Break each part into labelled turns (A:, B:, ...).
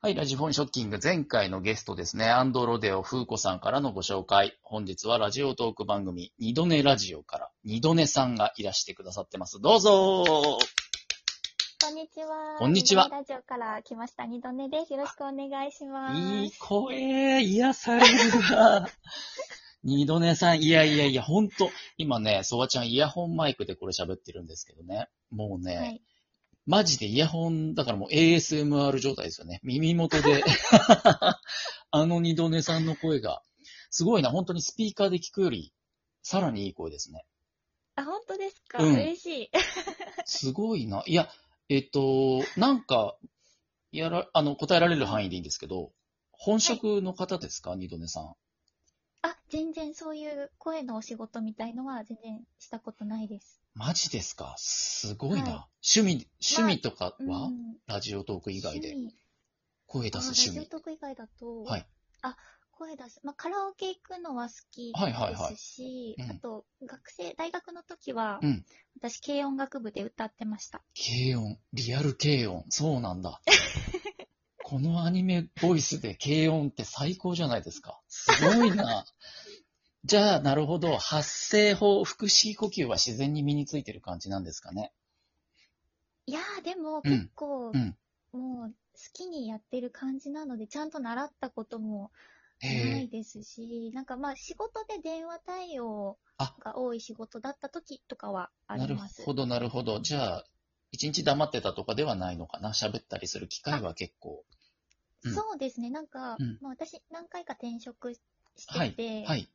A: はい、ラジフォンショッキング、前回のゲストですね、アンドロデオ風子さんからのご紹介。本日はラジオトーク番組、二度寝ラジオから、二度寝さんがいらしてくださってます。どうぞ
B: こんにちは。
A: こんにちは
B: 二度寝ラジオから来ました、二度寝です。よろしくお願いします。
A: いい声、癒されるわ。二度寝さん、いやいやいや、ほんと、今ね、ソワちゃんイヤホンマイクでこれ喋ってるんですけどね、もうね、
B: はい。
A: マジでイヤホン、だからもう ASMR 状態ですよね。耳元 で、あの二度寝さんの声が、すごいな、本当にスピーカーで聞くより、さらにいい声ですね。
B: あ、本当ですか、
A: うん
B: 嬉しい。
A: すごいな。いや、えっと、なんか、やら、あの、答えられる範囲でいいんですけど、本職の方ですか、二度寝さん。
B: あ、全然そういう声のお仕事みたいのは全然したことないです。
A: マジですかすごいな。
B: は
A: 趣味、趣味とかは、
B: うん。
A: ラジオトーク以外で、
B: 趣味
A: 声出
B: あ
A: す趣
B: ラジオ
A: 味。
B: トーク以外だと、
A: はい
B: あ、声出す。まあ、カラオケ行くのは好き
A: はいはいはい
B: ですし、
A: うん
B: あと、学生、大学の時は、
A: うん
B: 私、軽音楽部で歌ってました。
A: 軽音、リアル軽音、そうなん だ。このアニメボイスで軽音って最高じゃないですか。すごい な。じゃあ、なるほど。発声法、腹式呼吸は自然に身についてる感じなんですかね。
B: いやー、でも、
A: うん
B: 結構、
A: うん
B: もう、好きにやってる感じなので、ちゃんと習ったこともな
A: へ
B: い
A: え。
B: ですし、なんかまあ、仕事で電話対応
A: あ
B: が多い仕事だった時とかはあ
A: な
B: り
A: る
B: ます。
A: ほど、なるほど。じゃあ、一日黙ってたとかではないのかな。喋ったりする機会は結構。うん
B: そうですね、なんか、
A: うん
B: まあ、私、何回か転職
A: は
B: して
A: い
B: て、。
A: はい。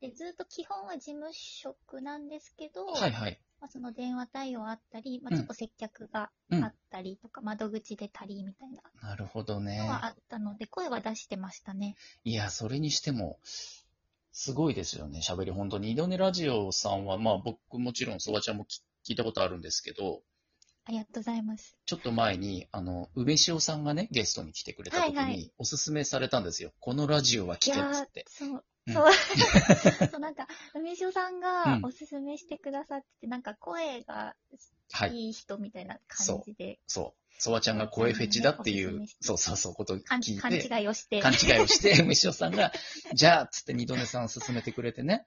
B: でずっと基本は事務職なんですけど、
A: はい、はい。
B: まあ、その電話対応あったり、ま
A: う
B: あ、
A: ん
B: ちょっと接客が
A: うん
B: あったりとか、窓口出たりみたいな
A: なるほど
B: の
A: ね。
B: はあったので、声は出してましたね。
A: いや、それにしても、すごいですよね、喋り。本当に、二度寝ラジオさんは、まあ僕もちろん、そばちゃんもき聞いたことあるんですけど、
B: ありがとうございます。
A: ちょっと前に、あの、梅塩さんがね、ゲストに来てくれた時に、
B: はいはい
A: おすすめされたんですよ。このラジオは聞けっつって。
B: いやー
A: う
B: そう。
A: ん
B: そう、そうなんか、梅塩さん
A: う
B: が
A: ん
B: おすすめしてくださってて、なんか声が
A: はい。
B: いい人みたいな感じで、
A: そう。そばちゃんが声フェチだってい
B: おすす
A: う
B: めし、て
A: そうそうそう、ことを
B: かん
A: 聞い
B: 勘
A: て、
B: 違いをして、
A: 勘違いをして、 梅塩さんが、じゃあ、つって二度寝さん勧めてくれてね。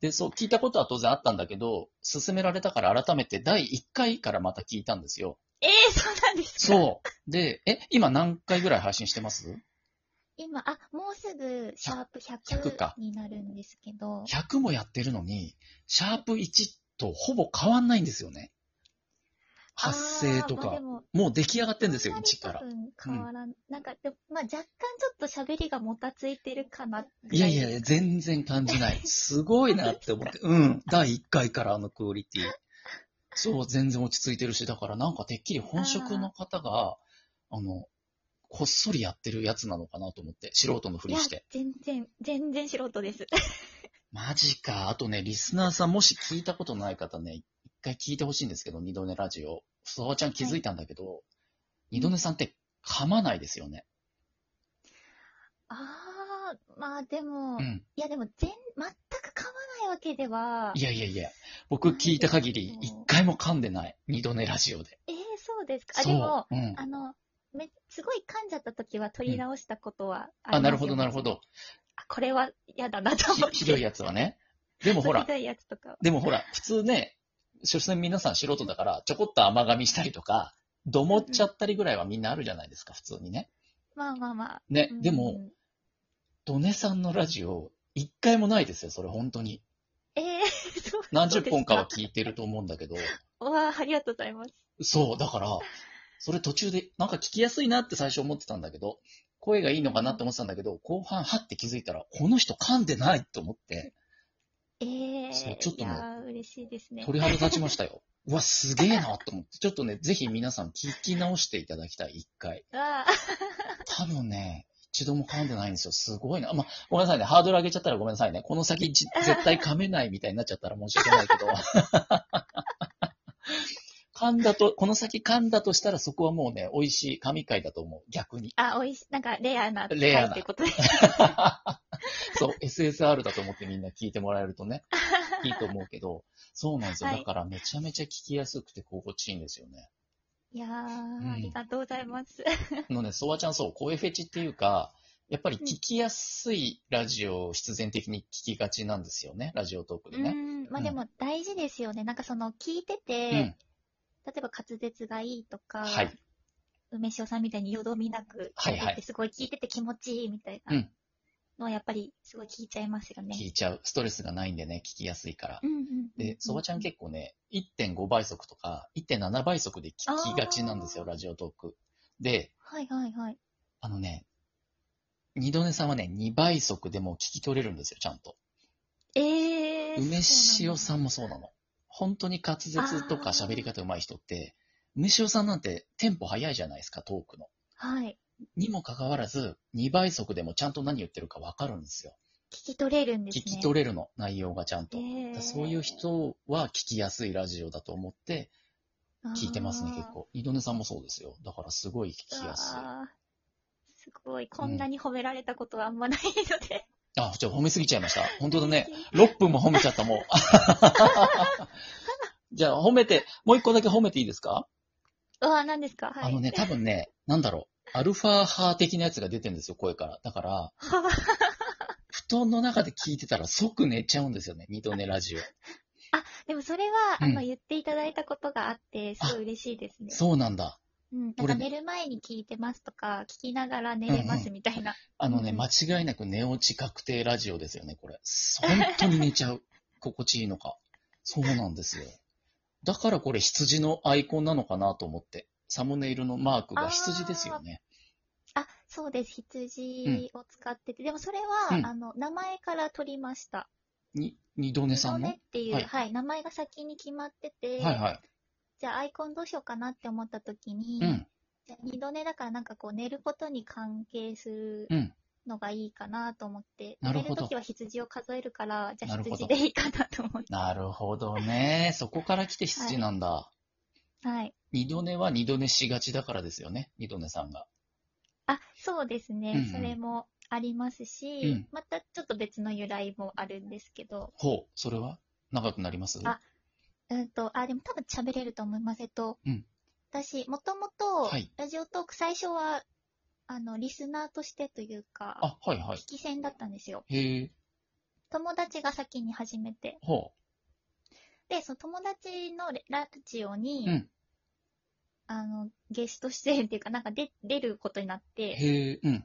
A: で、そう、聞いたことは当然あったんだけど、勧められたから改めて第1回からまた聞いたんですよ。
B: ええー、そうなんですか
A: そう。で、え、今何回ぐらい配信してます
B: 今、あ、もうすぐ、シャープ
A: 100か
B: 100になるんですけど、
A: ?100 もやってるのに、シャープ1とほぼ変わんないんですよね。発声と
B: あーま
A: か
B: あで。も
A: もう出来上がってんですよ、
B: あんまり
A: 1から
B: 多。分変わらん、なんか、でもまあ、若干ちょっと喋りがもたついてるかな。
A: いやいやいや、全然感じない。すごいなって思って。うん。第1回からあのクオリティ。そう、全然落ち着いてるし、だからなんかてっきり本職の方が、あの、こっそりやってるやつなのかなと思って、素人のふ
B: い
A: り
B: や
A: して。、
B: 全然、全然素人です。
A: マジか。あとね、リスナーさん、もし聞いたことない方ね、一回聞いてほしいんですけど、二度寝ラジオ。そわちゃん気づいたんだけど、二度寝さんって噛まないですよね。
B: ああ、まあでも、
A: うん。
B: いやでも全、全く噛まないわけでは、
A: いやいやいや、僕聞いた限り、一回も噛んでない。二度寝ラジオで。
B: ええそうですか。あ、で
A: そ
B: も、
A: う。うん。
B: あの、め、すごい噛んじゃった時は取り直したことはありますよ、
A: あ、なるほど、なるほど。
B: あ、これは嫌だなと
A: ひ
B: 思って。
A: ひどいやつはね。でもほ
B: ひ
A: ら
B: ど、いやつとかは。
A: でもほら、普通ね、所詮皆さん素人だから、ちょこっと甘噛みしたりとか、どもっちゃったりぐらいはみんなあるじゃないですか、普通にね。
B: まあまあまあ。
A: ね
B: う、ん
A: でも、、ドネさんのラジオ、一回もないですよ、それ本当に。
B: ええそう。
A: 何十本か
B: そう
A: は
B: で
A: 聞いてると思うんだけど。
B: すか。わあ、ありがとうございます。
A: そう、だから、それ途中で、なんか聞きやすいなって最初思ってたんだけど、声がいいのかなって思ってたんだけど、後半はって気づいたら、この人噛んでないと思って、
B: ええ
A: そうちょっとね
B: いやー嬉しいですね。
A: 鳥肌立ちましたよ。うわ、すげえなと思って、ちょっとね、ぜひ皆さん聞き直していただきたい、一回。
B: わあ、
A: 多分ね、一度も噛んでないんですよ。すごいな。まあ、ごめんなさいね。ハードル上げちゃったらごめんなさいね。この先じ絶対噛めないみたいになっちゃったら申し訳ないけど。 噛んだと、この先噛んだとしたらそこはもうね、美味しい神回だと思う。逆に。
B: あ、おいし、なんかレアな、
A: レアな
B: ってこと で。
A: そう、SSR だと思ってみんな聞いてもらえると ね、いいと思うけど、そうなんですよ。
B: はい
A: だからめちゃめちゃ聞きやすくて心地いいんですよね。
B: いやー、
A: ん
B: ありがとうございます。
A: のね、ソワちゃんそう、声フェチっていうか、やっぱり聞きやすいラジオを必然的に聞きがちなんですよね、ラジオトークで
B: う
A: ね。
B: ん、ま
A: う
B: あ
A: ん
B: でも大事ですよね。なんかその聞いてて、
A: うん。
B: 例えば滑舌がいいとか、
A: はい。
B: 梅塩さんみたいによどみなく
A: はいはい
B: 喋ってすごい聞いてて気持ちいいみたいな
A: うん
B: のはやっぱりすごい聞いちゃいますよね。
A: 聞いちゃう。ストレスがないんでね、聞きやすいから。
B: うんうんうん
A: で、そばちゃん結構ね、1.5倍速とか1.7倍速で聞きがちなんですよ、
B: あー
A: ラジオトーク。で、
B: はいはいはい。
A: あのね、二度寝さんはね、2倍速でも聞き取れるんですよ、ちゃんと。
B: えー、
A: 梅
B: そうなん
A: 塩
B: だ
A: さんもそうなの。本当に滑舌とか喋り方上手い人って、梅塩さんなんてテンポ早いじゃないですか、トークの。
B: はい。
A: にもかかわらず、2倍速でもちゃんと何言ってるかわかるんですよ。
B: 聞き取れるんです
A: 聞
B: ね。
A: き取れるの、内容がちゃんと。
B: へー
A: そういう人は聞きやすいラジオだと思って、聞いてますね、
B: あー
A: 結。構。二度寝さんもそうですよ。だからすごい聞きやすい。あ、
B: あーすごい。こんなに褒められたことはあんまないので。
A: じゃあ褒めすぎちゃいました。本当だ ね。6分も褒めちゃった、もう。 じゃあ褒めて、もう一個だけ褒めていいですか、
B: うわ、何ですかは
A: あ
B: い。
A: のね、多分ね、なんだろう。アルファ派的なやつが出てるんですよ、声から。だ から、布団の中で聞いてたら即寝ちゃうんですよね、二度寝ラジオ。
B: でもそれは、
A: うん
B: あの、言っていただいたことがあって、すごい嬉しいですね。
A: そうなんだ。
B: うん。なん
A: 俺
B: か
A: ね
B: 寝る前に聞いてますとか、聞きながら寝れますみたいな。
A: あのね、
B: うん
A: 間違いなく寝落ち確定ラジオですよね、これ。本当に寝ちゃう。 心地いいのか。そうなんですよ。だからこれ羊のアイコンなのかなと思って。サムネイルのマークが羊ですよね。
B: あ、そうです。羊を使ってて。でもそれは、
A: うん
B: あの、名前から取りました。
A: に、二度寝さんの
B: ね
A: は
B: っていう、
A: は
B: はいい、名前が先に決まってて、
A: いは
B: じゃあアイコンどうしようかなって思った時に、
A: い。うん。
B: じゃあ二度寝だからなんかこう寝ることに関係する
A: うん。
B: のがいいかなと思って、
A: なる
B: 寝
A: ほど
B: る時は羊を数えるから、じゃ
A: な
B: あ
A: るほど
B: 羊でいいかなと思って。
A: なるほどね。そこから来て羊なんだ。
B: はい。
A: 二度寝は二度寝しがちだからですよね。二度寝さんが。
B: あ、そうですね。
A: うんうん
B: それもありますし、
A: うん
B: またちょっと別の由来もあるんですけど、
A: ほう。それは長くなります
B: あうんと、あ、でも多分喋れると思います。えっと、
A: うん
B: 私、もともと
A: はい、
B: ラジオトーク最初は、あの、リスナーとしてというか、
A: あ、はいはい。
B: 聞き戦だったんですよ。
A: へえ。
B: 友達が先に始めて。
A: ほ
B: で、その友達のレラジオに、
A: うん
B: あの、ゲスト出演っていうか、なんか出、出ることになっ
A: う。
B: て、
A: へえ。うん。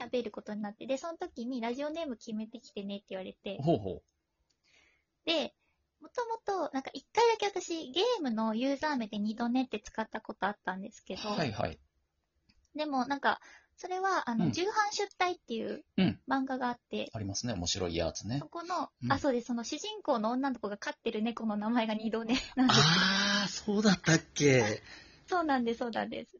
B: 喋ることになって、で、その時にラジオネーム決めてきてねって言われて、
A: ほうほう。
B: で、もともと、なんか一回だけ私、ゲームのユーザー名で二度寝って使ったことあったんですけど、
A: はいはい。
B: でもなんか、それは、あの、
A: うん
B: 重版出隊っていう
A: うん
B: 漫画があって、
A: ありますね。面白いやつね
B: そ。この、
A: うん
B: あ、そうです、その主人公の女の子が飼ってる猫の名前が二度寝 なんです。
A: ああ、そうだったっけ。
B: そうなんです、そうなんです。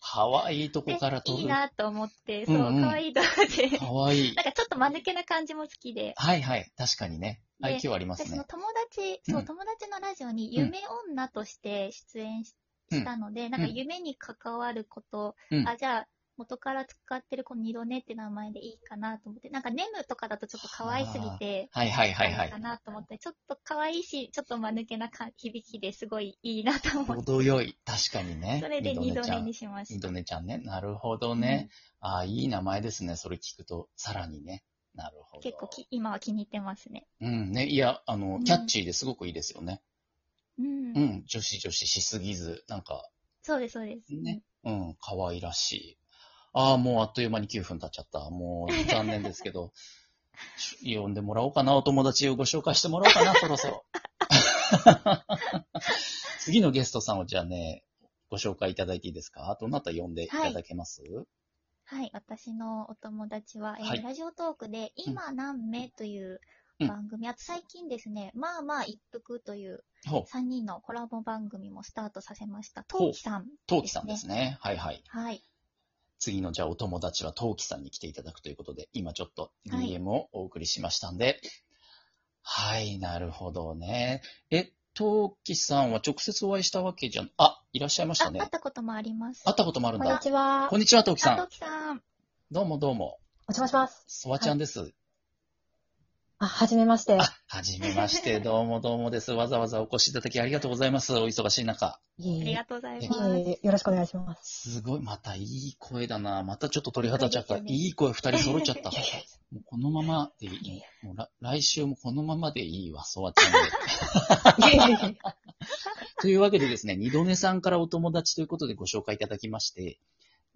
A: ハワイとこから
B: い
A: 撮
B: い
A: る。
B: なと思って、そう、
A: うんうん
B: 可愛い動画で、
A: かわいい
B: な。んかちょっと間抜けな感じも好きで、
A: はいはい。確かにね。
B: で
A: IQ ありま
B: 私
A: す
B: その
A: ね。
B: 友達、そう、
A: うん
B: 友達のラジオに夢女として出演し,、
A: うん
B: たので、なんか夢に関わること、
A: うん
B: あ、じゃあ、元から使ってるこの二度寝って名前でいいかなと思って、なんかネムとかだとちょっと可愛すぎて、
A: はいはいはいは
B: あれか
A: い。
B: なと思って、ちょっと可愛いし、ちょっと間抜けなか響きですごいいいなと思って、
A: 程よい。確かにね。
B: それで二
A: 二
B: 度
A: 度寝ちゃ
B: 寝
A: ん
B: に。しまし
A: 二
B: た。
A: 度寝ちゃんね。なるほどね。ああ、いい名前ですね。それ聞くと。さらにね。なるほど。
B: 結構き今は気に入ってますね。
A: うんね。いや、あ
B: う
A: の、
B: ん
A: キャッチーですごくいいですよね。
B: うん。
A: うん。女子女子しすぎず。なんか、
B: そうです、そうです。
A: ね。うん、可愛らしい。ああ、もうあっという間に9分経っちゃった。もう残念ですけど、 し呼んでもらおうかな、お友達をご紹介してもらおうかな、そろそ ろ。次のゲストさんをじゃあね、ご紹介いただいていいですかどなた呼んでいただけます、
B: はい、私のお友達は、えー
A: はい
B: ラジオトークで、今何名という
A: うん
B: 番組、あと最近ですね、まあまあ一服という
A: ほう、
B: 3人のコラボ番組もスタートさせました。
A: ほう
B: トウキさん。
A: トウキさんですね。はいはい。
B: はい。
A: 次のじゃあお友達はトウキさんに来ていただくということで、今ちょっと
B: はい
A: DM をお送りしましたんで。はい、なるほどね。え、トウキさんは直接お会いしたわけじゃん。あ、いらっしゃいまし
B: あ、
A: たね
B: 会っ。たこともあります。
A: 会ったこともあるん
C: こんに
A: だ。
C: ちは
A: こ。んにちは、トウキさ
B: あ、ト
A: ん
B: ウ。キさん。
A: どうもどうも。
C: お邪魔します。
A: ソワちゃんです。
C: あ、はじめまして。
A: あ、はじめま して。どうもどうもです。わざわざお越しいただきありがとうございます。お忙しい中。
C: い
B: あ
C: えい
B: り
C: え
B: がとうござい
C: い
B: ます。
C: えいえよろしくお願いします。
A: すごい、またいい声だな。またちょっと鳥肌ちゃった。
B: いいですね
A: いい声二人揃っちゃった。
C: いやいやい
A: もうこのままでいい。もうら来週もこのままでいいわ、ソワちゃんで。
C: やいやいやいや
A: というわけでですね、二度寝さんからお友達ということでご紹介いただきまして、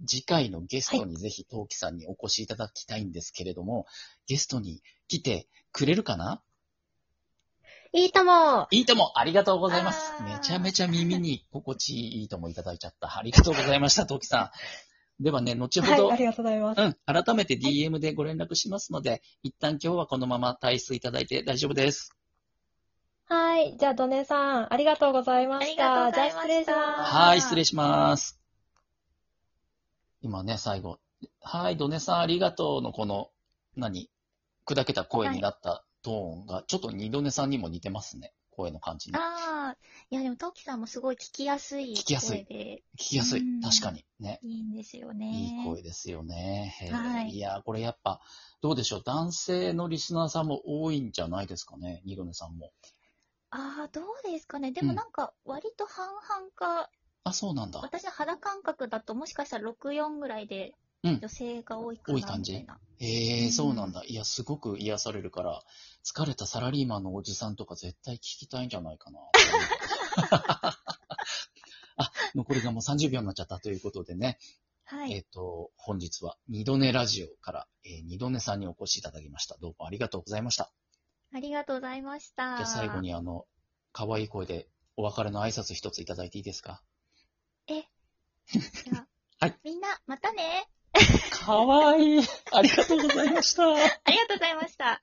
A: 次回のゲストにぜひ、トウキさんにお越しいただきたいんですけれども、ゲストに来てくれるかない
C: いとも
A: いいともありがとうございます
B: あー
A: めちゃめちゃ耳に心地いいいいともいただいちゃった。ありがとうございました、トウキさん。ではね、後ほ
C: は
A: ど、
C: い、ありがとうございます。
A: うん、改めて DM でご連絡しますので、一旦今日はこのまま退出いただいて大丈夫です。
C: はい、じゃあ、ドネさん、ありがとうございました。
B: ありがとうございました
C: じゃあ、失礼します。
A: はい、失礼します。今ね、最後。はい、ドネさんありがとうのこの、何砕けた声になったトーンが、ちょっと二度寝さんにも似てますね。声の感じね。
B: ああ、いやでも、トキさんもすごい聞きやすい
A: 聞きやすい
B: 声で、
A: 聞きやすい
B: うん。
A: 確かに。ね。
B: いいんですよね。
A: いい声ですよね。へえ
B: はい
A: いやー、これやっぱ、どうでしょう。男性のリスナーさんも多いんじゃないですかね。二度寝さんも。
B: ああ、どうですかね。で
A: う
B: も
A: ん
B: なんか、割と半々か、
A: あ、そうなんだ。
B: 私の肌感覚だと、もしかしたら6、4ぐらいで、
A: うん
B: 女性が多いかな、
A: 多
B: み
A: い
B: たいな。
A: 感じええ
B: うん
A: そうなんだ。いや、すごく癒されるから、疲れたサラリーマンのおじさんとか絶対聞きたいんじゃないか な。あ、残りがもう30秒になっちゃったということでね、
B: は
A: え
B: い。
A: っ、と、本日は二度寝ラジオから、えー二度寝さんにお越しいただきました。どうもありがとうございました。
B: ありがとうございました。
A: じゃあ最後。にあの、可愛い声でお別れの挨拶一ついただいていいですか
B: じゃあ
A: はい
B: みんな、またね。
A: 可愛いありがとうございました。
B: ありがとうございました。